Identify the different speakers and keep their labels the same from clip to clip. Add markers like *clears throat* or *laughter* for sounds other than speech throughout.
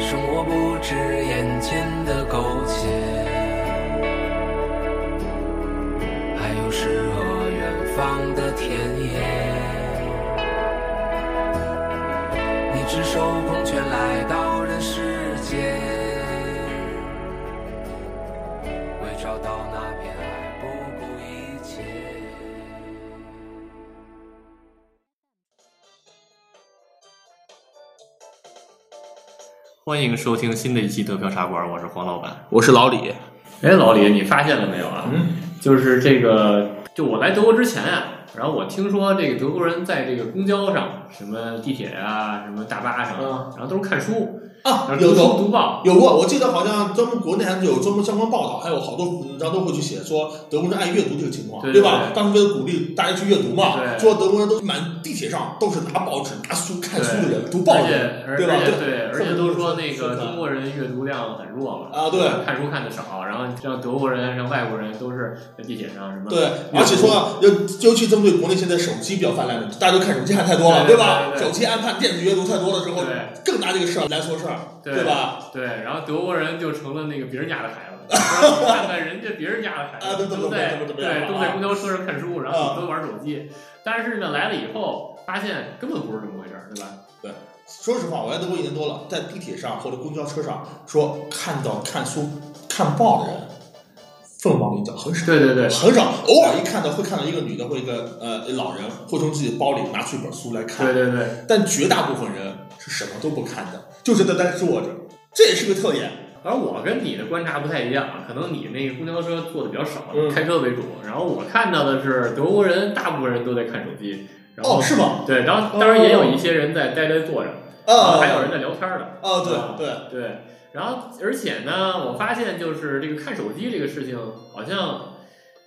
Speaker 1: 生活不止眼前的苟且，还有诗和远方的田野。你赤手空拳来到人世间，为找到那片爱不顾一切。
Speaker 2: 欢迎收听新的一期德飘茶馆，我是黄老板。
Speaker 3: 我是老李，
Speaker 4: 哎，老李，你发现了没有啊？嗯，就是这个，就我来德国之前啊，然后我听说这个德国人在这个公交上、什么地铁啊、什么大巴上，
Speaker 3: 嗯
Speaker 4: 然后都是看书，
Speaker 3: 啊
Speaker 4: 然后，
Speaker 3: 有
Speaker 4: 读书
Speaker 3: 有
Speaker 4: 读报，
Speaker 3: 有过，我记得好像专门国内还是有专门相关报道，还有好多文章都会去写说德国人爱阅读这个情况，
Speaker 4: 对
Speaker 3: 吧？
Speaker 4: 对
Speaker 3: 当时为了鼓励大家去阅读嘛，
Speaker 4: 对
Speaker 3: 说德国人都满地铁上都是拿报纸、拿书看书的人，读报
Speaker 4: 而
Speaker 3: 纸
Speaker 4: 且而
Speaker 3: 对吧
Speaker 4: 而且
Speaker 3: 对
Speaker 4: 对，而
Speaker 3: 后
Speaker 4: 且
Speaker 3: 面
Speaker 4: 都
Speaker 3: 就是
Speaker 4: 说那个
Speaker 3: 是的
Speaker 4: 中国人阅读量很弱嘛，
Speaker 3: 啊，对。
Speaker 4: 看书看的少，然后像德国人、像外国人都是在地铁上什么，
Speaker 3: 对，而且说啊，尤尤其针对国内现在手机比较泛滥的，大家都看手机看太多了，
Speaker 4: 对对
Speaker 3: 吧？
Speaker 4: 对对
Speaker 3: 手机、iPad、电子阅读太多的时候，
Speaker 4: 对
Speaker 3: 更拿这个事儿来说事儿，
Speaker 4: 对
Speaker 3: 吧？
Speaker 4: 对，然后德国人就成了那个别人家的孩子，然后看看人家别人家的孩
Speaker 3: 啊
Speaker 4: 子
Speaker 3: 对对
Speaker 4: 都在
Speaker 3: 对对对对
Speaker 4: 对
Speaker 3: 对
Speaker 4: 都在公交车上看书，然
Speaker 3: 啊
Speaker 4: 后都玩手机，但是呢来了以后发现根本不是这么回事儿，对吧？
Speaker 3: 说实话，我来德国一年多了，在地铁上或者公交车上，说看到看书、看报的人，凤毛麟角，很少。
Speaker 4: 对对对，
Speaker 3: 很少，偶尔一看到会看到一个女的或一个呃老人会从自己包里拿出一本书来看，
Speaker 4: 对对对，
Speaker 3: 但绝大部分人是什么都不看的，就是在那儿坐着，这也是个特点。
Speaker 4: 而我跟你的观察不太一样啊，可能你那个公交车坐的比较少，
Speaker 3: 嗯
Speaker 4: 开车为主。然后我看到的是德国人，大部分人都在看手机，然后、
Speaker 3: 哦，是吗？
Speaker 4: 对，然后
Speaker 3: 哦
Speaker 4: 当然也有一些人在呆呆坐着，
Speaker 3: 啊、
Speaker 4: 然后还有人在聊天的，
Speaker 3: 啊，对对，
Speaker 4: 对。然后而且呢，我发现就是这个看手机这个事情好像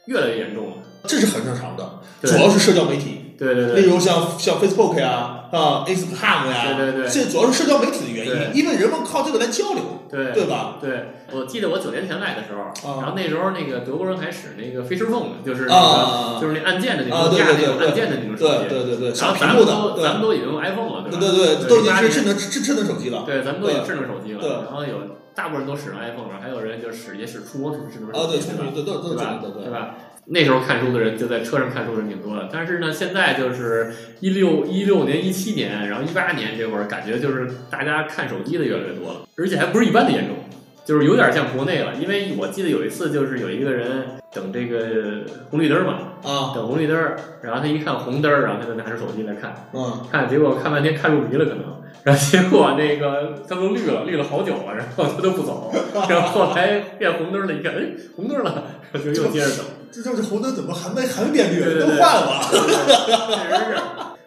Speaker 4: 越来越严重了。
Speaker 3: 这是很正常的，
Speaker 4: 对
Speaker 3: 主要是社交媒体，
Speaker 4: 对对
Speaker 3: 例
Speaker 4: 对，
Speaker 3: 如像像 Facebook 呀、啊 Instagram 呀，
Speaker 4: 对对对
Speaker 3: 这主要是社交媒体的原因，
Speaker 4: 对
Speaker 3: 因为人们靠这个来交流，
Speaker 4: 对
Speaker 3: 对吧？
Speaker 4: 对，我记得我九年前来的时候，
Speaker 3: 啊
Speaker 4: 然后那时候那个德国人还使那个 Fisher Phone，呢就是那个、
Speaker 3: 啊，
Speaker 4: 就是那按键的那
Speaker 3: 啊
Speaker 4: 种
Speaker 3: 对
Speaker 4: 压
Speaker 3: 对
Speaker 4: 那种
Speaker 3: 对
Speaker 4: 按键的那种手
Speaker 3: 对
Speaker 4: 机。
Speaker 3: 对对对，
Speaker 4: 然
Speaker 3: 小
Speaker 4: 后
Speaker 3: 屏
Speaker 4: 咱
Speaker 3: 幕
Speaker 4: 们
Speaker 3: 的，
Speaker 4: 都
Speaker 3: 对
Speaker 4: 咱们都已经用 iPhone 了，
Speaker 3: 对
Speaker 4: 吧？
Speaker 3: 对对，
Speaker 4: 对
Speaker 3: 都已经
Speaker 4: 八
Speaker 3: 是
Speaker 4: 年
Speaker 3: 智能智智能手机了。
Speaker 4: 对，咱们都已经智能手机
Speaker 3: 对
Speaker 4: 了。然后有大部分人都使用 iPhone 了，还有人就是使也使触摸智能
Speaker 3: 啊，
Speaker 4: 手
Speaker 3: 对，
Speaker 4: 机，对
Speaker 3: 聪
Speaker 4: 吧
Speaker 3: 明，？对，都都是
Speaker 4: 对
Speaker 3: 智
Speaker 4: 吧
Speaker 3: 能的，？对
Speaker 4: 对。吧？那时候看书的人就在车上看书的人挺多的，但是呢，现在就是一六一六年、一七年，然后一八年这会儿，感觉就是大家看手机的越来越多了，而且还不是一般的严重，就是有点像国内了。因为我记得有一次，就是有一个人等这个红绿灯嘛，
Speaker 3: 啊，
Speaker 4: 等红绿灯儿，然后他一看红灯儿，然后他就拿着手机来看，
Speaker 3: 嗯，
Speaker 4: 看，结果看半天看入迷了，可能， *laughs* 然后结果那个他都绿了，绿了好久了，然后他都不走， *laughs* 然后后来变红灯了，一看，哎，红灯了，然后就又接着走，
Speaker 3: 这就是红灯怎么还没还没变
Speaker 4: *laughs*
Speaker 3: 绿
Speaker 4: 对对
Speaker 3: 都
Speaker 4: 对
Speaker 3: 换了。
Speaker 4: *laughs* 确实是。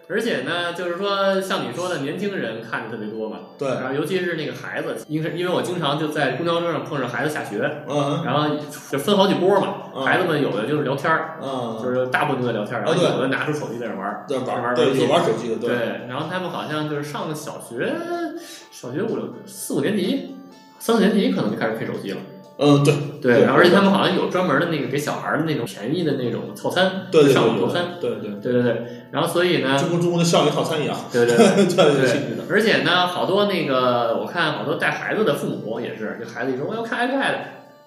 Speaker 4: 而且呢，就是说，像你说的，年轻人看的特别多嘛，
Speaker 3: 对，
Speaker 4: 然后尤其是那个孩子，因为因为我经常就在公交车上碰上孩子下学，
Speaker 3: 嗯
Speaker 4: 然后就分好几波嘛，
Speaker 3: 嗯
Speaker 4: 孩子们有的就是聊天儿，就
Speaker 3: 嗯，啊
Speaker 4: 是大部分都在聊天儿，然后有的拿出手机在那玩儿，
Speaker 3: 对玩
Speaker 4: 玩
Speaker 3: 儿
Speaker 4: 儿
Speaker 3: 对
Speaker 4: 游戏
Speaker 3: 有玩手机的，对
Speaker 4: 对，然后他们好像就是上小学，小学五六四五年级，三四年级可能就开始配手机了。
Speaker 3: 嗯对对
Speaker 4: 然后而且他们好像有专门的那个给小孩儿的那种便宜的那种套餐，
Speaker 3: 对对
Speaker 4: 上网套餐。
Speaker 3: 对对对，
Speaker 4: 对对对，然后所以
Speaker 3: *laughs*
Speaker 4: 呢，
Speaker 3: 就跟中国的校园套餐一样， *laughs*
Speaker 4: 对对对。
Speaker 3: 对 *laughs* 对
Speaker 4: 对
Speaker 3: 性质的，
Speaker 4: 而且呢，好多那个我看好多带孩子的父母也是，就孩子一说我要看 iPad，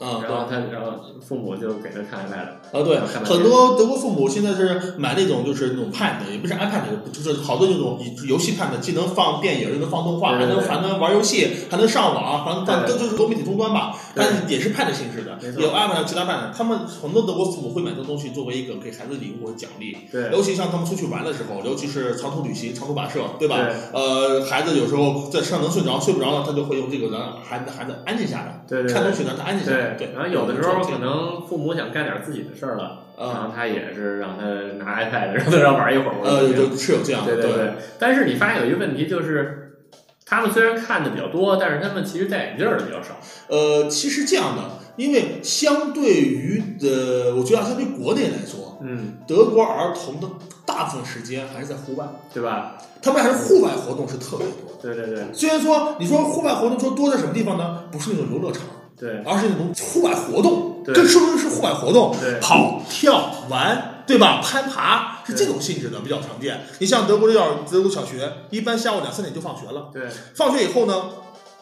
Speaker 3: 嗯
Speaker 4: 然后他然后父母就给他看 iPad，
Speaker 3: 啊对，
Speaker 4: 然后看半天
Speaker 3: 很多德国父母现在是买那种就是那种 Pad，也不是 iPad，就是好多那种游戏 Pad，既能放电影，又能放动画，还
Speaker 4: 对对
Speaker 3: 能
Speaker 4: 对
Speaker 3: 还能玩游戏，还能上网，还能还
Speaker 4: 对
Speaker 3: 这就是多媒体终端吧，
Speaker 4: 对
Speaker 3: 但是也是 Pad 形式的
Speaker 4: 没，错
Speaker 3: 有 iPad 其他 Pad，他们很多德国父母会买这个东西作为一个给孩子礼物和奖励，
Speaker 4: 对
Speaker 3: 尤其像他们出去玩的时候，尤其是长途旅行、长途跋涉，对吧？
Speaker 4: 对
Speaker 3: 呃，孩子有时候在车上能睡着，睡不着了，他就会用这个让孩子孩子安静下来，
Speaker 4: 对对
Speaker 3: 看
Speaker 4: 对
Speaker 3: 东西让他安静下来。对，
Speaker 4: 然后有的时候可能嗯父母想干点自己的事儿了。然
Speaker 3: 啊
Speaker 4: 后他也是让他拿 iPad，让他让玩一会儿。
Speaker 3: 呃呃，有有是有这样
Speaker 4: 对
Speaker 3: 的，
Speaker 4: 对。但是你发现有一个问题，就是他们虽然看的比较多，但是他们其实戴眼镜儿的比较少。
Speaker 3: 呃，其实这样的，因为相对于呃，我觉得啊相对国内来说，
Speaker 4: 嗯，
Speaker 3: 德国儿童的大部分时间还是在户外，
Speaker 4: 对吧？
Speaker 3: 他们还是户外活动是特别多。
Speaker 4: 对对对
Speaker 3: 虽然说你说户外活动说多在什么地方呢？不是那种游乐场，
Speaker 4: 对
Speaker 3: 而是那种户外活动，
Speaker 4: 对
Speaker 3: 更说明是户外活动，
Speaker 4: 对
Speaker 3: 跑、跳、玩，对吧？攀爬是这种性质的比较常见。你像德国的小德国小学，一般下午两三点就放学了，
Speaker 4: 对
Speaker 3: 放学以后呢，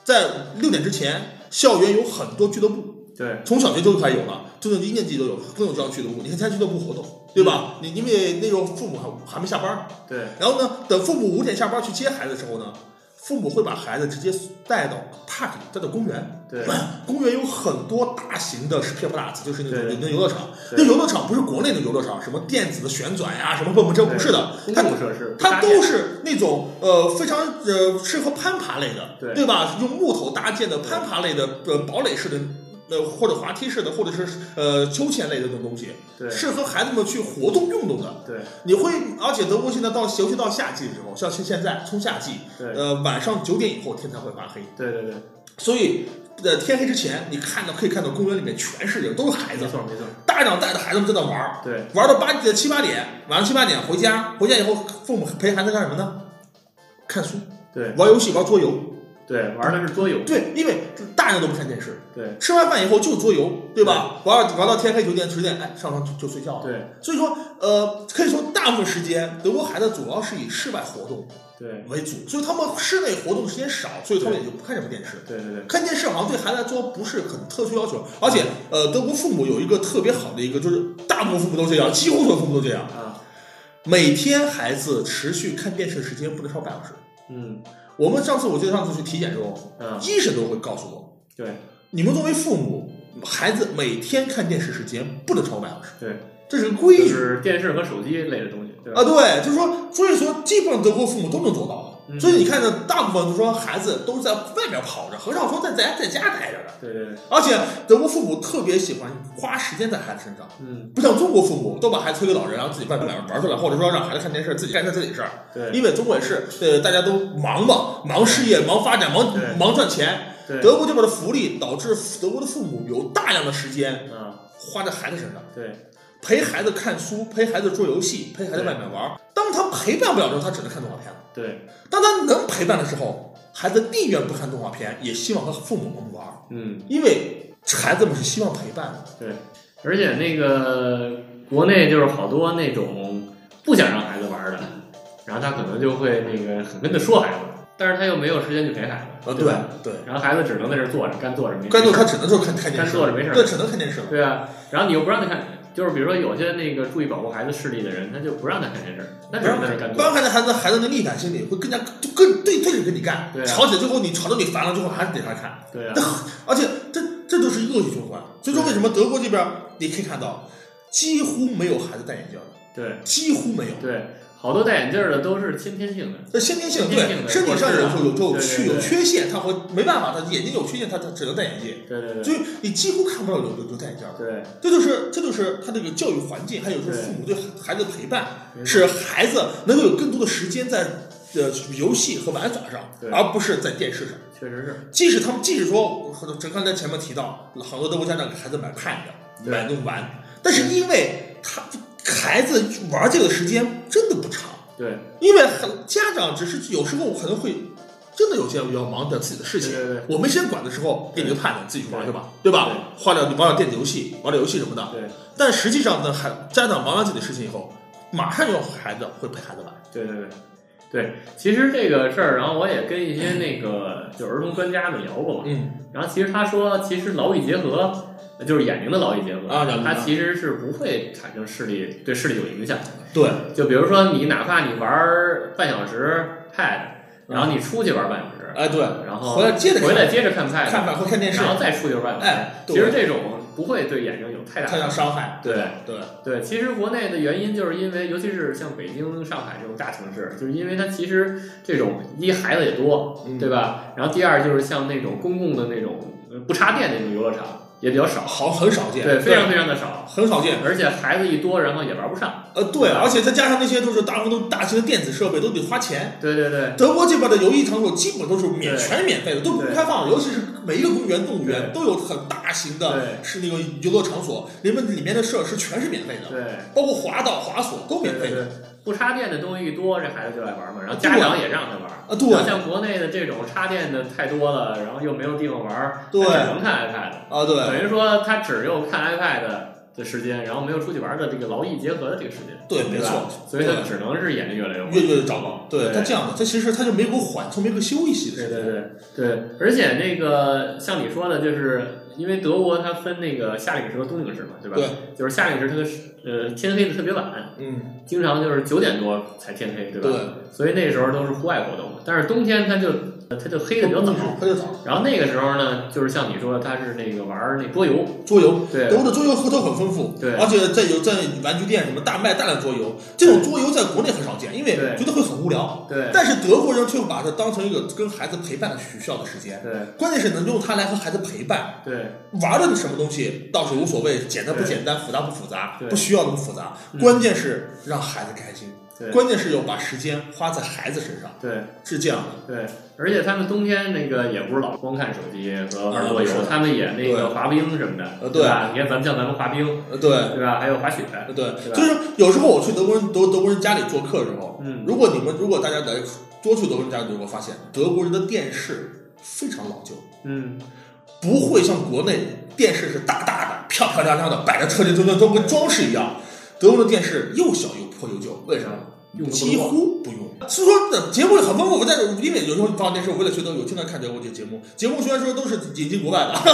Speaker 3: 在六点之前，校园有很多俱乐部。
Speaker 4: 对
Speaker 3: 从小学就开始有了，中等一年级就有各种各样的俱乐部，你看参加俱乐部活动，对吧？你因为那时候父母还还没下班儿，
Speaker 4: 对
Speaker 3: 然后呢，等父母五点下班去接孩子的时候呢，父母会把孩子直接带到 park，带到公园。
Speaker 4: 对，
Speaker 3: *clears throat* 公园有很多大型的 p i p l a t 就是那
Speaker 4: 对
Speaker 3: 种那游乐场。
Speaker 4: 对
Speaker 3: 那游乐场不是国内的游乐场，什么电子的旋转呀、什么蹦蹦车，不是的，
Speaker 4: 公
Speaker 3: 它
Speaker 4: 共设施，
Speaker 3: 它
Speaker 4: 搭建
Speaker 3: 都是那种呃非常呃适合攀爬类的，
Speaker 4: 对
Speaker 3: 吧？用木头搭建的攀爬类的呃堡垒式的。呃，或者滑梯式的，或者是呃休闲类的这种东西，
Speaker 4: 对
Speaker 3: 适合孩子们去活动运动的。
Speaker 4: 对
Speaker 3: 你会，而且德国现在到尤其到夏季的时候，像现现在冲夏季，
Speaker 4: 对
Speaker 3: 呃，晚上九点以后天才会发黑，
Speaker 4: 对对对，
Speaker 3: 所以呃天黑之前，你看到可以看到公园里面全是人，都是孩子
Speaker 4: 没，错没错，
Speaker 3: 大长带着孩子们在那玩儿，
Speaker 4: 对
Speaker 3: 玩到八点七八点，晚上七八点回家，回家以后父母陪孩子干什么呢？看书、
Speaker 4: 对
Speaker 3: 玩游戏、玩桌游。
Speaker 4: 对，玩的是桌游，
Speaker 3: 对，因为大人都不看电视，
Speaker 4: 对
Speaker 3: 吃完饭以后就桌游，对吧？玩玩到天黑九点十点，哎，上床就就睡觉了。
Speaker 4: 对
Speaker 3: 所以说，呃，可以说大部分时间德国孩子主要是以室外活动
Speaker 4: 对
Speaker 3: 为主，所以他们室内活动的时间少，所以他们也就不看什么电视。
Speaker 4: 对对对，
Speaker 3: 看电视好像对孩子来说不是很特殊要求，而且呃，德国父母有一个特别好的一个，就是大部分父母都这样，几乎所有父母都这样，
Speaker 4: 啊，
Speaker 3: 每天孩子持续看电视的时间不能超半小时。
Speaker 4: 嗯
Speaker 3: 我们上次我记得上次去体检时候，
Speaker 4: 啊，
Speaker 3: 医生都会告诉我，
Speaker 4: 对
Speaker 3: 你们作为父母，孩子每天看电视时间不能超半小时，
Speaker 4: 对，
Speaker 3: 这是个规
Speaker 4: 就
Speaker 3: 矩
Speaker 4: 是电视和手机类的东西，对吧
Speaker 3: 啊。？对，就是说，所以说基本上德国父母都能做到的。
Speaker 4: 嗯
Speaker 3: 所以你看呢，大部分就是说孩子都是在外面跑着，很少说在在在家待着的。
Speaker 4: 对对对，
Speaker 3: 而且德国父母特别喜欢花时间在孩子身上。
Speaker 4: 嗯
Speaker 3: 不像中国父母都把孩子推给老人，然后自己外边玩玩去了，或者说让孩子看电视，自己干他自己事儿。
Speaker 4: 对
Speaker 3: 因为中国也是，呃，大家都忙嘛，忙事业，忙发展，忙
Speaker 4: 对
Speaker 3: 忙赚钱。
Speaker 4: 对
Speaker 3: 德国这边的福利导致德国的父母有大量的时间
Speaker 4: 啊
Speaker 3: 花在孩子身上，
Speaker 4: 对
Speaker 3: 陪孩子看书，陪孩子做游戏，陪孩子
Speaker 4: 对
Speaker 3: 外面玩儿。当他陪伴不了的时候，他只能看动画片了。
Speaker 4: 对，
Speaker 3: 当他能陪伴的时候，孩子宁愿不看动画片，也希望和父母们玩儿，
Speaker 4: 嗯。
Speaker 3: 因为孩子们是希望陪伴的。
Speaker 4: 对，而且那个国内就是好多那种不想让孩子玩的，然后他可能就会那个很跟他说孩子，但是他又没有时间去陪孩子，
Speaker 3: 呃，
Speaker 4: 哦对
Speaker 3: 对
Speaker 4: 吧？
Speaker 3: 对，
Speaker 4: 然后孩子只能在这儿坐着，干坐着没事
Speaker 3: 干坐他只能就是看看电
Speaker 4: 干
Speaker 3: 视，
Speaker 4: 坐着没事儿
Speaker 3: 对，只能看电视了。
Speaker 4: 对啊，然后你又不让他看，就是比如说有些那个注意保护孩子视力的人，他就不让他看电视，那只能在这儿干
Speaker 3: 不然
Speaker 4: 坐。
Speaker 3: 孩子孩子孩子的逆反心理会更加就更对对着跟你干，
Speaker 4: 对啊
Speaker 3: 吵起来之后你吵到你烦了之后还是得他看，
Speaker 4: 对啊，
Speaker 3: 而且这这就是一个恶性循环。所以说为什么德国这边你可以看到几乎没有孩子戴眼镜的，
Speaker 4: 对
Speaker 3: 几乎没有，
Speaker 4: 对，好多戴眼镜儿的都是先天性的。
Speaker 3: 这呃先天性的
Speaker 4: 先天性
Speaker 3: 对
Speaker 4: 的啊
Speaker 3: 身体上有时候有有有
Speaker 4: 对对
Speaker 3: 缺
Speaker 4: 对
Speaker 3: 有缺陷，他会没办法，他眼睛有缺陷，他他只能戴眼镜，
Speaker 4: 对对
Speaker 3: 所
Speaker 4: 对
Speaker 3: 以你几乎看不到有有有戴眼镜的。
Speaker 4: 对，
Speaker 3: 这就是这就是他这个教育环境，还有就是
Speaker 4: 对
Speaker 3: 父母对孩子的陪伴，
Speaker 4: 没错
Speaker 3: 使孩子能够有更多的时间在呃游戏和玩耍上
Speaker 4: 对，
Speaker 3: 而不是在电视上。
Speaker 4: 确实是。
Speaker 3: 即使他们即使说，这刚才前面提到，很多德国家长给孩子买 pad
Speaker 4: 对
Speaker 3: 买那种玩，但是因为他孩子玩这个时间真的不长，
Speaker 4: 对
Speaker 3: 因为很家长只是有时候可能会真的有些要忙点自己的事情，
Speaker 4: 对对对
Speaker 3: 我没时间管的时候，给你个 pad 自己去玩去吧，对
Speaker 4: 对
Speaker 3: 吧？花点你玩点电子游戏，玩点游戏什么的。
Speaker 4: 对
Speaker 3: 但实际上呢，孩家长忙完自己的事情以后，马上要孩子会陪孩子玩。
Speaker 4: 对对对，对，其实这个事儿，然后我也跟一些那个就儿童专家们聊过嘛，
Speaker 3: 嗯，
Speaker 4: 然后其实他说，其实劳逸结合，呃就是眼睛的劳逸结合
Speaker 3: 啊了解
Speaker 4: 它其实是不会产生视力对视力有影响的。
Speaker 3: 对，
Speaker 4: 就比如说你哪怕你玩儿半小时 pad，然后你出去玩儿半小时，
Speaker 3: 哎对，
Speaker 4: 然后
Speaker 3: 回来接着看
Speaker 4: 回来接着看 pad，
Speaker 3: 看看或看电视，
Speaker 4: 然后再出去玩儿半小时，
Speaker 3: 哎，
Speaker 4: 其实这种不会对眼睛有太大
Speaker 3: 太
Speaker 4: 的
Speaker 3: 大。伤害。
Speaker 4: 对
Speaker 3: 对
Speaker 4: 对，其实国内的原因就是因为，尤其是像北京、上海这种大城市，就是因为它其实这种一孩子也多，
Speaker 3: 嗯
Speaker 4: 对吧？然后第二就是像那种公共的那种呃不插电的那种游乐场，也比较少，
Speaker 3: 好很少见，
Speaker 4: 对，非常非常的少，
Speaker 3: 很少见。
Speaker 4: 而且孩子一多，然后也玩不上，
Speaker 3: 呃，对，而且再加上那些都是大部分都是大型的电子设备，都得花钱。
Speaker 4: 对对对，
Speaker 3: 德国这边的游艺场所基本都是免
Speaker 4: 对
Speaker 3: 全免费的，都不
Speaker 4: 对
Speaker 3: 开放，尤其是每一个公园、动物园
Speaker 4: 对
Speaker 3: 都有很大型的，
Speaker 4: 对
Speaker 3: 是那个游乐场所，人们里面的设施全是免费的，
Speaker 4: 对。
Speaker 3: 包括滑道、滑索都免
Speaker 4: 对
Speaker 3: 费
Speaker 4: 对
Speaker 3: 的。，
Speaker 4: 不插电的东西一多，这孩子就爱玩嘛。然后
Speaker 3: 对
Speaker 4: 家长也让他玩
Speaker 3: 啊对
Speaker 4: 然后像国内的这种插电的太多了，然后又没有地方玩，
Speaker 3: 对
Speaker 4: 他只能看 iPad。
Speaker 3: 啊，对
Speaker 4: 等于说他只有看 iPad 的时间，然后没有出去玩的这个劳逸结合的这个时间，
Speaker 3: 对，
Speaker 4: 对
Speaker 3: 没
Speaker 4: 吧
Speaker 3: 错，
Speaker 4: 所以他只能是演的越来越
Speaker 3: 越
Speaker 4: 晚。
Speaker 3: 越找不对
Speaker 4: 对
Speaker 3: 他这样的，他其实他就没有缓冲，没有休息
Speaker 4: 对对
Speaker 3: 的时间。
Speaker 4: 对对，而且那个像你说的，就是因为德国它分那个夏令时和冬令时嘛，对吧？
Speaker 3: 对，
Speaker 4: 就是夏令时它的时呃天黑的特别晚，
Speaker 3: 嗯，
Speaker 4: 经常就是九点多才天黑，对吧？
Speaker 3: 对，
Speaker 4: 所以那时候都是户外活动，但是冬天它就呃它就黑的比较早。
Speaker 3: 他就早
Speaker 4: 然后那个时候呢，就是像你说，他是那个玩儿那桌游，
Speaker 3: 桌游。
Speaker 4: 对
Speaker 3: 德国的桌游核头很丰富，
Speaker 4: 对
Speaker 3: 而且在有在玩具店什么大卖大量桌游，这种桌游在国内很少见，因为
Speaker 4: 对
Speaker 3: 觉得会很无聊。
Speaker 4: 对
Speaker 3: 但是德国人却把它当成一个跟孩子陪伴的学校的时间，
Speaker 4: 对
Speaker 3: 关键是能用它来和孩子陪伴。
Speaker 4: 对
Speaker 3: 玩的什么东西倒是无所谓，简单不
Speaker 4: 对
Speaker 3: 简单，复杂不复杂，
Speaker 4: 对
Speaker 3: 不需要那么复杂。
Speaker 4: 嗯
Speaker 3: 关键是让孩子开心，
Speaker 4: 对
Speaker 3: 关键是要把时间花在孩子身上，
Speaker 4: 对
Speaker 3: 是这样的。
Speaker 4: 对，而且他们冬天那个也不是老光看手机和玩桌游
Speaker 3: 啊是，
Speaker 4: 他们也那
Speaker 3: 对
Speaker 4: 个滑冰什么的，
Speaker 3: 呃对
Speaker 4: 对吧？你看咱们像咱们滑冰，
Speaker 3: 呃，对，
Speaker 4: 对吧？还有滑雪，
Speaker 3: 呃对，
Speaker 4: 对吧
Speaker 3: 就是有时候我去德国人德德国人家里做客的时候，
Speaker 4: 嗯，
Speaker 3: 如果你们如果大家来多去德国人家里，你会发现德国人的电视非常老旧，
Speaker 4: 嗯，
Speaker 3: 不会像国内电视是大大的、漂漂亮亮的，摆在车间中间，都跟装饰一样。德国的电视又小又破又旧，为什么？
Speaker 4: 用
Speaker 3: 几
Speaker 4: 的
Speaker 3: 乎不用。是说的节目也很丰富，我在因为有时候放电视，我为了学德语，我经常看德国这节目。节目虽然说都是引进国外的， *laughs*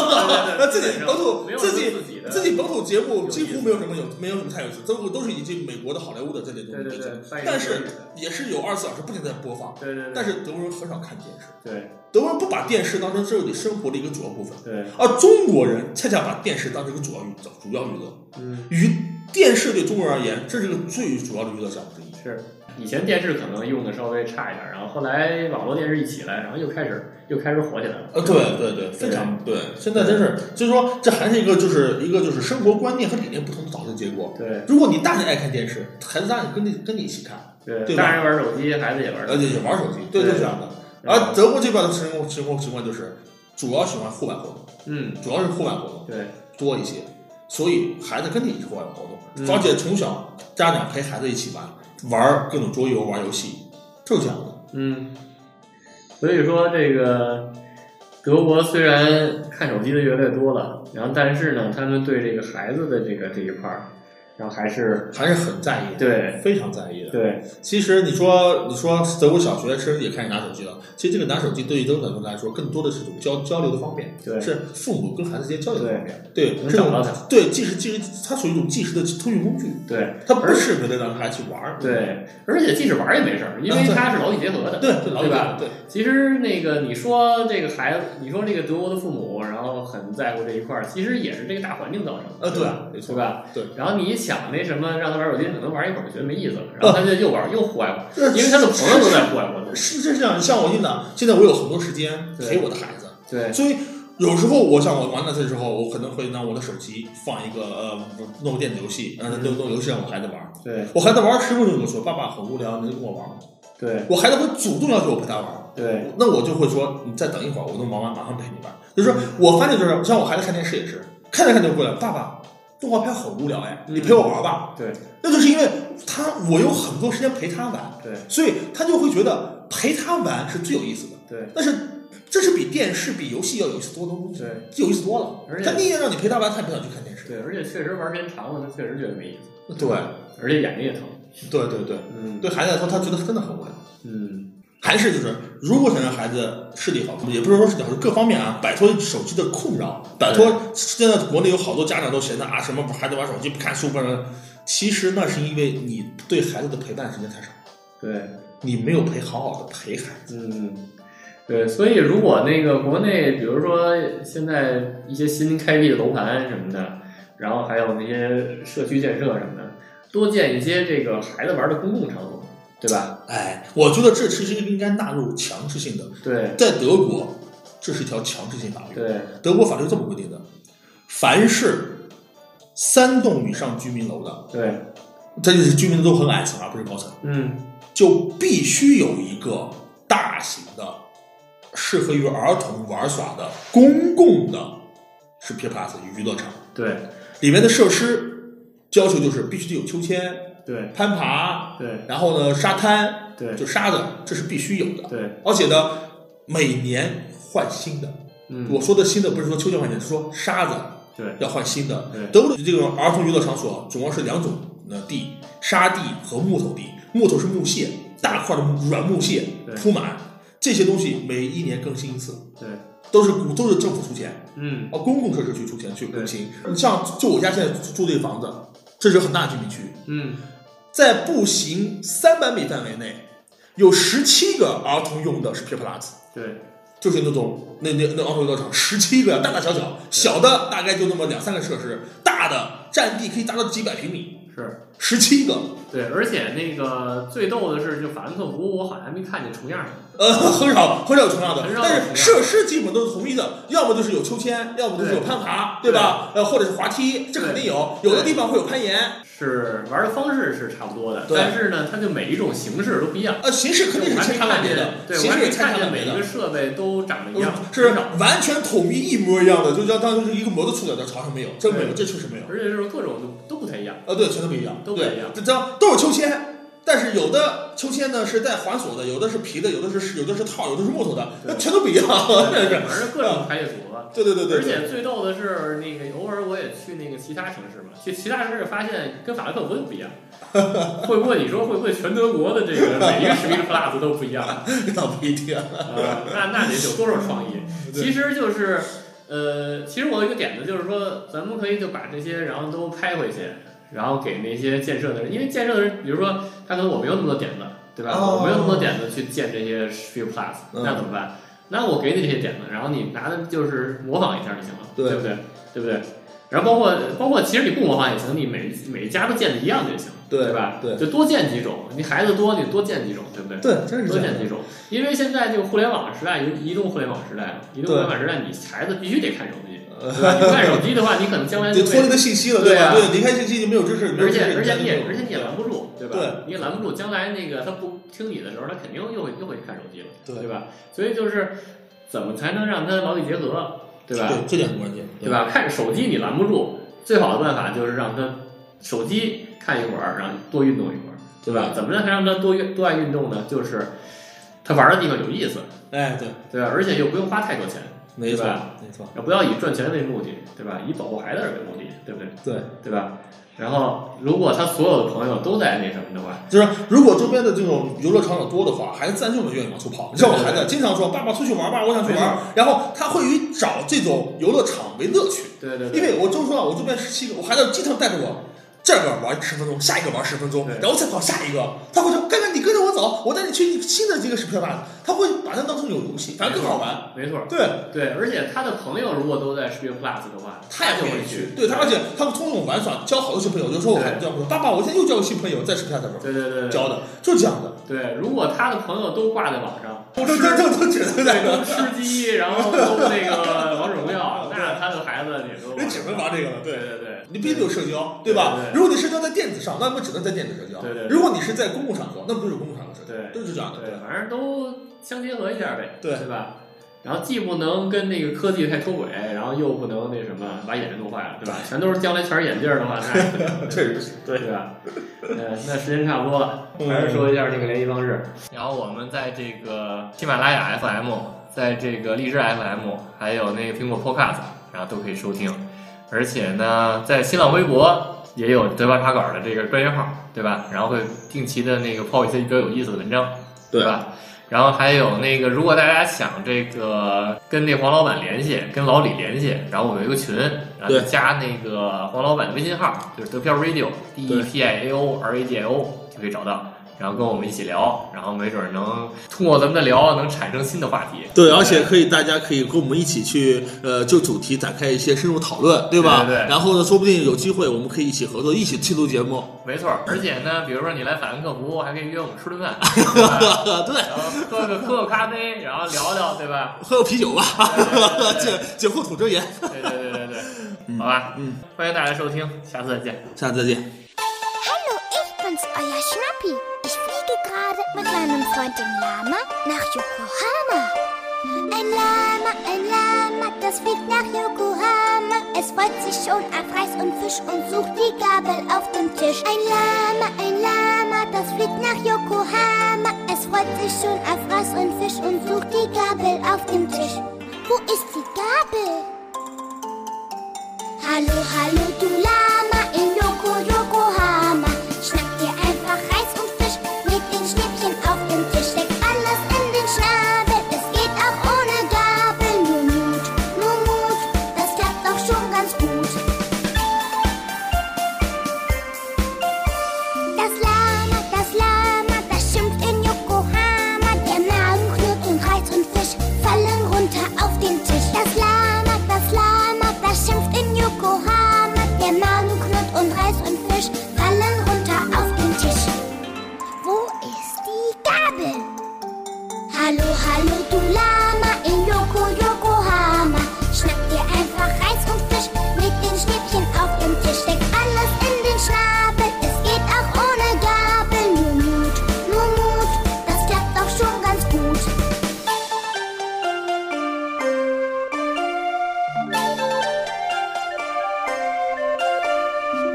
Speaker 4: 那
Speaker 3: 自己本土
Speaker 4: 没有
Speaker 3: 自己
Speaker 4: 自己的
Speaker 3: 自己本土节目几乎没有什么有没有什么太有意思，都都是引进美国的好莱坞的这类东
Speaker 4: 对
Speaker 3: 西。
Speaker 4: 对对，扮演
Speaker 3: 但是
Speaker 4: 自己的
Speaker 3: 也是有二十四小时不停地在播放，
Speaker 4: 对对对，
Speaker 3: 但是德国人很少看电视，
Speaker 4: 对
Speaker 3: 德国人不把电视当成自己生活的一个主要部分。
Speaker 4: 对，
Speaker 3: 而中国人恰恰把电视当成一个主要娱乐，主要娱乐。
Speaker 4: 嗯，
Speaker 3: 于电视对中国人而言，这是个最主要的娱乐项目之一。
Speaker 4: 是。以前电视可能用的稍微差一点，然后后来网络电视一起来，然后又开始又开始火起来了。
Speaker 3: 呃，对对对，非常对。现在真是，所以说这还是一个就是一个就是生活观念和理念不同导致的结果。
Speaker 4: 对
Speaker 3: 如果你大人爱看电视，孩子大人跟你跟你一起看，对
Speaker 4: 对，
Speaker 3: 吧
Speaker 4: 大人玩手机，孩子也玩
Speaker 3: 而
Speaker 4: 手
Speaker 3: 且
Speaker 4: 机。
Speaker 3: 也玩手机，对，
Speaker 4: 对
Speaker 3: 就是这样的。而德国这边的情况情况情况就是，主要喜欢户外活动，
Speaker 4: 嗯，
Speaker 3: 主要是户外活动
Speaker 4: 对
Speaker 3: 多一些，所以孩子跟你一起户外活动，
Speaker 4: 嗯
Speaker 3: 而且从小家长陪孩子一起玩，玩各种桌游、玩游戏，就是这样的。
Speaker 4: 嗯，所以说这个德国虽然看手机的越来越多了，然后但是呢，他们对这个孩子的这个这一块儿，然后还是
Speaker 3: 还是很在意的，
Speaker 4: 对
Speaker 3: 非常在意的。
Speaker 4: 对
Speaker 3: 其实你说你说德国小学生也开始拿手机了，其实这个拿手机对于德国小学生来说，更多的是一种交交流的方便，
Speaker 4: 对
Speaker 3: 是父母跟孩子之间交流的方便，对，
Speaker 4: 能
Speaker 3: 这
Speaker 4: 找到
Speaker 3: 种
Speaker 4: 他，
Speaker 3: 对即时即时，它属于一种即时的通讯工具，
Speaker 4: 对
Speaker 3: 它不是为了让孩子去玩儿，
Speaker 4: 对，而且即使玩儿也没事儿，因为它是劳逸结合的。
Speaker 3: 对对
Speaker 4: 对吧？
Speaker 3: 对
Speaker 4: 其实那个你说这个孩子，你说这个德国的父母，然后很在乎这一块儿，其实也是这个大环境造成的，
Speaker 3: 呃
Speaker 4: 对吧？
Speaker 3: 对，没
Speaker 4: 对
Speaker 3: 错，
Speaker 4: 吧？
Speaker 3: 对。
Speaker 4: 然后你一想那什么，让他玩手机，可能玩一会儿就觉得没意思了，然后他就又玩又户外活动，
Speaker 3: 因
Speaker 4: 因为他的朋友都在户外活动。
Speaker 3: 是是这样，像我现在现在我有很多时间
Speaker 4: 对
Speaker 3: 陪我的孩子，
Speaker 4: 对，
Speaker 3: 所以有时候我像我玩的这时候，我可能会拿我的手机放一个呃弄个电子游戏，让他弄弄游戏让我孩子玩儿。
Speaker 4: 对
Speaker 3: 我孩子玩十分钟，我说爸爸很无聊，你能跟我玩吗？
Speaker 4: 对
Speaker 3: 我孩子会主动要求我陪他玩，
Speaker 4: 对
Speaker 3: 那我就会说你再等一会儿，我能忙完马上陪你玩。就是说我发现就是像我孩子看电视也是，看着看着就过来，爸爸动画片很无聊哎，
Speaker 4: 嗯
Speaker 3: 你陪我玩吧。
Speaker 4: 对
Speaker 3: 那就是因为他我有很多时间陪他玩，
Speaker 4: 对
Speaker 3: 所以他就会觉得陪他玩是最有意思的。
Speaker 4: 对
Speaker 3: 但是这是比电视、比游戏要有意思多多，
Speaker 4: 对
Speaker 3: 有意思多了。
Speaker 4: 而且
Speaker 3: 他宁愿让你陪他玩，他也不想去看电视。
Speaker 4: 对，而且确实玩时间长了，他确实觉得没意思，
Speaker 3: 对
Speaker 4: 而且眼睛也疼。
Speaker 3: 对对对，
Speaker 4: 嗯
Speaker 3: 对孩子来说，他觉得真的很无聊。
Speaker 4: 嗯
Speaker 3: 还是就是，如果想让孩子视力好，也不是说视力好，各方面啊，摆脱手机的困扰，摆脱现在国内有好多家长都嫌的啊，什么孩子玩手机不看书不然，其实那是因为你对孩子的陪伴时间太少，
Speaker 4: 对
Speaker 3: 你没有陪好好的陪孩子。
Speaker 4: 嗯对，所以如果那个国内，比如说现在一些新开辟的楼盘什么的，然后还有那些社区建设什么的，多建一些这个孩子玩的公共场所，对吧？
Speaker 3: 哎，我觉得这其实应该纳入强制性的，
Speaker 4: 对
Speaker 3: 在德国，这是一条强制性法律。
Speaker 4: 对
Speaker 3: 德国法律这么规定的：凡是三栋以上居民楼的，
Speaker 4: 对，
Speaker 3: 它就是居民楼都很矮层啊，不是高层，
Speaker 4: 嗯，
Speaker 3: 就必须有一个大型的、适合于儿童玩耍的公共的是 P Plus 娱乐场，
Speaker 4: 对
Speaker 3: 里面的设施要求就是必须得有秋千、
Speaker 4: 对
Speaker 3: 攀爬，
Speaker 4: 对
Speaker 3: 然后呢沙滩，
Speaker 4: 对
Speaker 3: 就沙子，这是必须有的。
Speaker 4: 对，
Speaker 3: 而且呢，每年换新的。
Speaker 4: 嗯，
Speaker 3: 我说的新的不是说秋千换新的，是说沙子
Speaker 4: 对
Speaker 3: 要换新的
Speaker 4: 对。
Speaker 3: 德国的这种儿童娱乐场所主要是两种呃地，沙地和木头地。木头是木屑，大块的木软木屑
Speaker 4: 对
Speaker 3: 铺满，这些东西每一年更新一次，
Speaker 4: 对，
Speaker 3: 都是股都是政府出钱，
Speaker 4: 嗯
Speaker 3: 哦，公共设施去出钱去更
Speaker 4: 对
Speaker 3: 新。你像就我家现在住这个房子，这是很大的居民区，
Speaker 4: 嗯，
Speaker 3: 在步行三百米范围内，有十七个儿童用的是 P Plus。
Speaker 4: 对
Speaker 3: 就是那种那那那奥运乐场，十七个大大小小，小的大概就那么两三个设施，大的占地可以达到几百平米，
Speaker 4: 是。
Speaker 3: 十七个，
Speaker 4: 对，而且那个最逗的是，就法兰克福，我好像还没看见重样的。
Speaker 3: 呃，很少很少有同样的
Speaker 4: 很，少有同样
Speaker 3: 但
Speaker 4: 的
Speaker 3: 是设施基本都是统一的，要么就是有秋千，要么就是有攀爬，对吧？呃，或者是滑梯，这肯定有，
Speaker 4: 对
Speaker 3: 有的地方会有攀岩，
Speaker 4: 是玩的方式是差不多的，
Speaker 3: 对
Speaker 4: 但是呢，它就每一种形式都不一样。
Speaker 3: 呃，形式肯定
Speaker 4: 我
Speaker 3: 是
Speaker 4: 还
Speaker 3: 千
Speaker 4: 没
Speaker 3: 差万
Speaker 4: 看
Speaker 3: 别
Speaker 4: 见
Speaker 3: 的，，
Speaker 4: 对我
Speaker 3: 形
Speaker 4: 还
Speaker 3: 式
Speaker 4: 没
Speaker 3: 也千
Speaker 4: 看
Speaker 3: 差
Speaker 4: 见
Speaker 3: 万
Speaker 4: 每
Speaker 3: 别
Speaker 4: 一个
Speaker 3: 的。嗯
Speaker 4: 设备都长得一样，
Speaker 3: 是
Speaker 4: 很少
Speaker 3: 完全统一一模一样的，就像当时一个模子出来的，朝上没有，这个没有，
Speaker 4: 对
Speaker 3: 这确实没有。
Speaker 4: 而且就是各种就都不太一
Speaker 3: *laughs*
Speaker 4: 样。
Speaker 3: 呃，对，全都不一样，
Speaker 4: 都不
Speaker 3: 对
Speaker 4: 一样
Speaker 3: 这张都有秋千，但是有的秋千呢是带环锁的，有的是皮的，有的是有的是套，有的是木头的，
Speaker 4: 对
Speaker 3: 那全都不一样，真是。
Speaker 4: 反正各种排列组合。
Speaker 3: 对对对嗯对
Speaker 4: 而
Speaker 3: 对，
Speaker 4: 且最逗的是，那个偶尔我也去那个其他城市嘛，去其他城市发现跟法兰克福就
Speaker 3: *laughs*
Speaker 4: 不一样。会不会你说会不会全德国的这个每一个 s p i Plus 都不一样？
Speaker 3: 那不一定。
Speaker 4: 呃，那那得有多少创意？
Speaker 3: 对
Speaker 4: 其实就是，呃，其实我有一个点子，就是说，咱们可以就把这些，然后都拍回去，然后给那些建设的人，因为建设的人，比如说他可能我没有那么多点子，对吧？
Speaker 3: 哦
Speaker 4: 我没有那么多点子去建这些 s t r e e Plus，、
Speaker 3: 嗯
Speaker 4: 那怎么办？那我给你这些点子，然后你拿的就是模仿一下就行了，
Speaker 3: 对
Speaker 4: 对不对？对不对？然后包括包括，其实你不模仿也行，你每每一家都建的一样就行，
Speaker 3: 对
Speaker 4: 吧？
Speaker 3: 对
Speaker 4: 就多建几种，你孩子多，你多建几种，对不对？
Speaker 3: 对，真是
Speaker 4: 多
Speaker 3: 这样
Speaker 4: 建。几种，因为现在这个互联网时代，移移动互联网时代嘛，移动互联网时代，你孩子必须得看手机，对吧？你不看手机的话，你可能将来
Speaker 3: 你
Speaker 4: 就
Speaker 3: 脱离
Speaker 4: 被，
Speaker 3: 了信息了，
Speaker 4: 对
Speaker 3: 吧？
Speaker 4: 啊
Speaker 3: 对，离开信息就没有知识，没有
Speaker 4: 而
Speaker 3: 知识
Speaker 4: 且
Speaker 3: 就
Speaker 4: 而且你
Speaker 3: 没有
Speaker 4: 也而且你也拦不住，对吧？
Speaker 3: 对
Speaker 4: 你也拦不住，将来那个他不听你的时候，他肯定又会又会看手机了，
Speaker 3: 对
Speaker 4: 对吧？所以就是怎么才能让他劳逸结合，对吧？
Speaker 3: 对，这点很关键，
Speaker 4: 对？吧？看手机你拦不住，最好的办法就是让他手机看一会儿，让多运动一会儿，对吧？怎么样才让他多运多爱运动呢？就是他玩的地方有意思。
Speaker 3: 哎，对，
Speaker 4: 对吧？而且又不用花太多钱，
Speaker 3: 没错
Speaker 4: 对吧，
Speaker 3: 没错，
Speaker 4: 不要以赚钱为目的，对吧？以保护孩子为目的，对不对？
Speaker 3: 对。
Speaker 4: 对吧？然后，如果他所有的朋友都在那什么的话，
Speaker 3: 就是如果周边的这种游乐场所多的话，孩子自然就会愿意往出跑。你像我孩子经常说：“爸爸出去玩吧，我想去玩。”然后他会以找这种游乐场为乐趣。
Speaker 4: 对对对，
Speaker 3: 因为我就说啊，我这边十七个，我孩子经常带着我，这个玩十分钟，下一个玩十分钟
Speaker 4: 对，
Speaker 3: 然后再跑下一个。他会说：“哥哥，你跟着我走，我带你去新的这个是漂亮的。”他会把它当成一种游戏，反正更好玩。
Speaker 4: 没错，
Speaker 3: 对，
Speaker 4: 对，而且他的朋友如果都在 s p i e Plus 的话，
Speaker 3: 他也
Speaker 4: 就
Speaker 3: 不愿
Speaker 4: 会
Speaker 3: 意去。对他，而且他们通过玩耍交好多新朋友。有时候我孩子这样说：“爸爸，我现在又交个新朋友，在是漂亮的时
Speaker 4: 对对对对
Speaker 3: 候交的，就是这样的。
Speaker 4: 对，如果他的朋友都挂在网上，”
Speaker 3: 都都都都觉得在
Speaker 4: 对，都
Speaker 3: 这
Speaker 4: 吃鸡，然后都那个王者荣
Speaker 3: *laughs*
Speaker 4: 耀，那他的孩子也都
Speaker 3: 你只能玩这个了，
Speaker 4: 对对
Speaker 3: 对。
Speaker 4: 对，
Speaker 3: 你必须得有社交，对吧？
Speaker 4: 对对对
Speaker 3: 如果你社交在电子上，那么只能在电子社交；
Speaker 4: 对对对
Speaker 3: 如果你是在公共场合，那么就是公共场合社交，
Speaker 4: 对
Speaker 3: 都是这样的。
Speaker 4: 啊对，反正都相结合一下呗，
Speaker 3: 对
Speaker 4: 对吧？然后既不能跟那个科技太脱轨，然后又不能那什么把眼睛弄坏嗯了，对吧？全都是将来全是眼镜儿的 *laughs* 话，那也不行
Speaker 3: 确实是对
Speaker 4: 对吧？呃，那时间差不多了，还是说一下这个联系方式。然后我们在这个喜马拉雅 FM，在这个荔枝 FM，还有那个苹果 Podcast，然后都可以收听。而且呢，在新浪微博也有德巴茶馆的这个专业号，对吧？然后会定期的那个抛一些比较有意思的文章，
Speaker 3: 对啊
Speaker 4: 吧？然后还有那个，如果大家想这个跟那黄老板联系，跟老李联系，然后我们有一个群，然后就
Speaker 3: 对
Speaker 4: 加那个黄老板的微信号，就是德飘 radio d e p i a o r a d i o 就可以找到，然后跟我们一起聊，然后没准能通过咱们的聊能产生新的话题。
Speaker 3: 对，而且可以，大家可以跟我们一起去，呃，就主题展开一些深入讨论，对吧？
Speaker 4: 对对对
Speaker 3: 然后呢，说不定有机会，我们可以一起合作，一起去录节目。
Speaker 4: 没错，而且呢，比如说你来法兰克福，还可以约我们吃顿饭，对吧
Speaker 3: 呃对，
Speaker 4: 然后喝个喝个咖啡，然后聊聊，对吧？
Speaker 3: 喝个啤酒吧， *laughs*
Speaker 4: 对对对对
Speaker 3: 解解后吐真言。
Speaker 4: 对对对对对，
Speaker 3: 嗯
Speaker 4: 好吧，
Speaker 3: 嗯，
Speaker 4: 欢迎大家收听，下次再见。
Speaker 3: 下次再见。
Speaker 5: Hallo, ich bin's, euer Schnappi. Ich fliege gerade mit meinem Freund dem Lama nach Yokohama. Ein Lama, ein Lama, das fliegt nach Yokohama. Es freut sich schon auf Reis und Fisch und sucht die Gabel auf dem Tisch. Ein Lama, ein Lama, das fliegt nach Yokohama. Es freut sich schon auf Reis und Fisch und sucht die Gabel auf dem Tisch. Wo ist die Gabel? Hallo, hallo, du Lama in Yoko, Yokohama. Schnapp dir einfach Reis und Fisch mit den Schnippchen auf dem Tisch. Steck alles in den Schnabel, es geht auch ohne Gabel. Nur Mut, nur Mut, das klappt auch schon ganz gut. Das Lama, das Lama, das schimpft in Yokohama. Der Magen knurrt und Reis und Fisch fallen runter auf den Tisch. Das Lama, das Lama, das schimpft in Yokohama. Der Magen knurrt und Reis und Fisch fallen runter auf den Tisch. Wo ist die Gabel? Hallo, hallo, du Lama in Yoko, Yokohama. Schnapp dir einfach Reis und Fisch mit den Schnippchen auf dem Tisch. Steck alles in den Schnabel, es geht auch ohne Gabel. Nur Mut, nur Mut, das klappt auch schon ganz gut.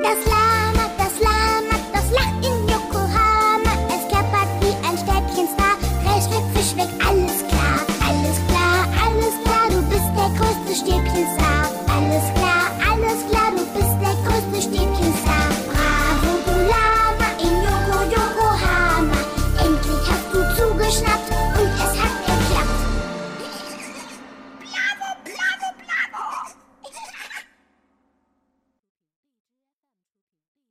Speaker 5: Das Lama, das Lama, das lacht in Yokohama. Es klappert wie ein Stäbchenstar. Reis weg, Fisch weg, alles klar, alles klar, alles klar. Du bist der größte Stäbchenstar. Alles klar, alles klar.